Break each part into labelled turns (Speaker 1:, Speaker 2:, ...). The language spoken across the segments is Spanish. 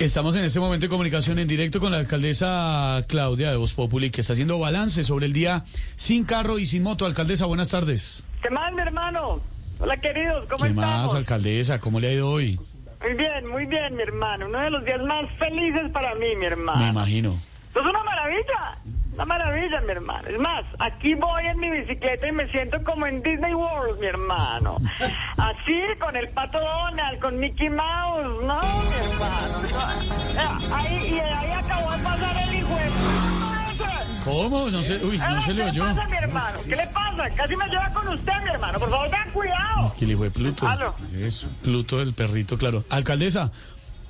Speaker 1: Estamos en este momento en comunicación en directo con la alcaldesa Claudia de Voz Populi, que está haciendo balance sobre el día sin carro y sin moto. Alcaldesa, buenas tardes.
Speaker 2: ¿Qué más, mi hermano? Hola, queridos, ¿cómo
Speaker 1: ¿Qué
Speaker 2: estamos?
Speaker 1: más, alcaldesa? ¿Cómo le ha ido hoy?
Speaker 2: Muy bien, muy bien, mi hermano. Uno de los días más felices para mí, mi
Speaker 1: Me
Speaker 2: hermano.
Speaker 1: imagino.
Speaker 2: Esto es una maravilla, una maravilla, mi hermano. Es más, aquí voy en mi bicicleta y me siento como en Disney World, mi hermano. Así, con el pato Donald, con Mickey Mouse, ¿no, mi hermano? No. eh, Ahí, y ahí acabó de pasar el hijo de-
Speaker 1: ¿Cómo? No se, uy, no se le oyó.
Speaker 2: ¿Qué le pasa, mi hermano? ¿Qué le pasa? Casi me lleva con usted, mi hermano. Por favor, tengan cuidado.
Speaker 1: Es que le fue Pluto.
Speaker 2: Aló.
Speaker 1: Pluto, el perrito, claro. Alcaldesa,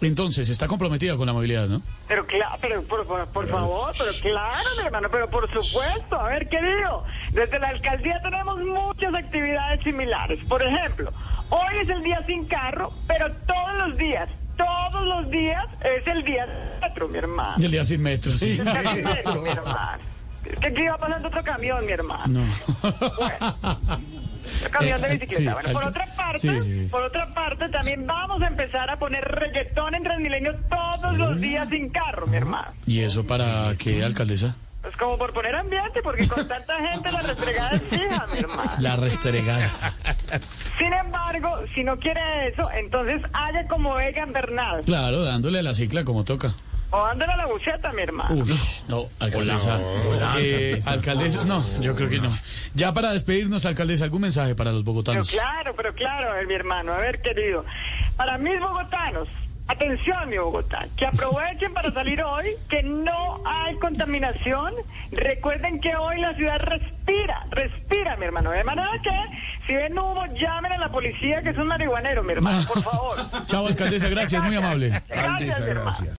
Speaker 1: entonces, está comprometida con la movilidad, ¿no?
Speaker 2: Pero claro, pero por, por- por favor, pero claro, mi hermano, pero por supuesto. A ver, querido, desde la alcaldía tenemos muchas actividades similares. Por ejemplo, hoy es el día sin carro, pero todos los días, todos los días es el día sin metro, mi hermano.
Speaker 1: Del día sin metro, sí.
Speaker 2: mi hermano. Es que aquí va pasando otro camión, mi hermano.
Speaker 1: No.
Speaker 2: camión de
Speaker 1: Eh, eh,
Speaker 2: bicicleta.
Speaker 1: sí,
Speaker 2: bueno, por
Speaker 1: alta-
Speaker 2: otra parte,
Speaker 1: sí, sí, sí.
Speaker 2: por otra parte, también vamos a empezar a poner reggaetón en Transmilenio todos
Speaker 1: Uh.
Speaker 2: los días sin carro, mi hermano.
Speaker 1: ¿Y eso para qué, alcaldesa?
Speaker 2: Es como por poner ambiente, porque con tanta gente la restregada es fija, mi hermano.
Speaker 1: La restregada.
Speaker 2: Sin embargo, si no quiere eso, entonces haga como Egan Bernal,
Speaker 1: Claro, dándole a la cicla como toca.
Speaker 2: o ándale a la bucheta, mi hermano.
Speaker 1: Uy, no, alcaldesa. Eh, alcaldesa, no, yo creo que no. Ya para despedirnos, alcaldesa, ¿algún mensaje para los
Speaker 2: Pero
Speaker 1: bogotanos?
Speaker 2: claro, pero claro, a ver, mi hermano, a ver, querido. Para mis bogotanos, atención, mi Bogotá, que aprovechen para salir hoy, que no hay contaminación. Recuerden que hoy la ciudad respira, respira, mi hermano. De manera que, si ven humo, llamen a la policía, que es un marihuanero, mi hermano, por favor.
Speaker 1: Chao, alcaldesa, gracias, muy amable.
Speaker 2: Gracias, mi hermano.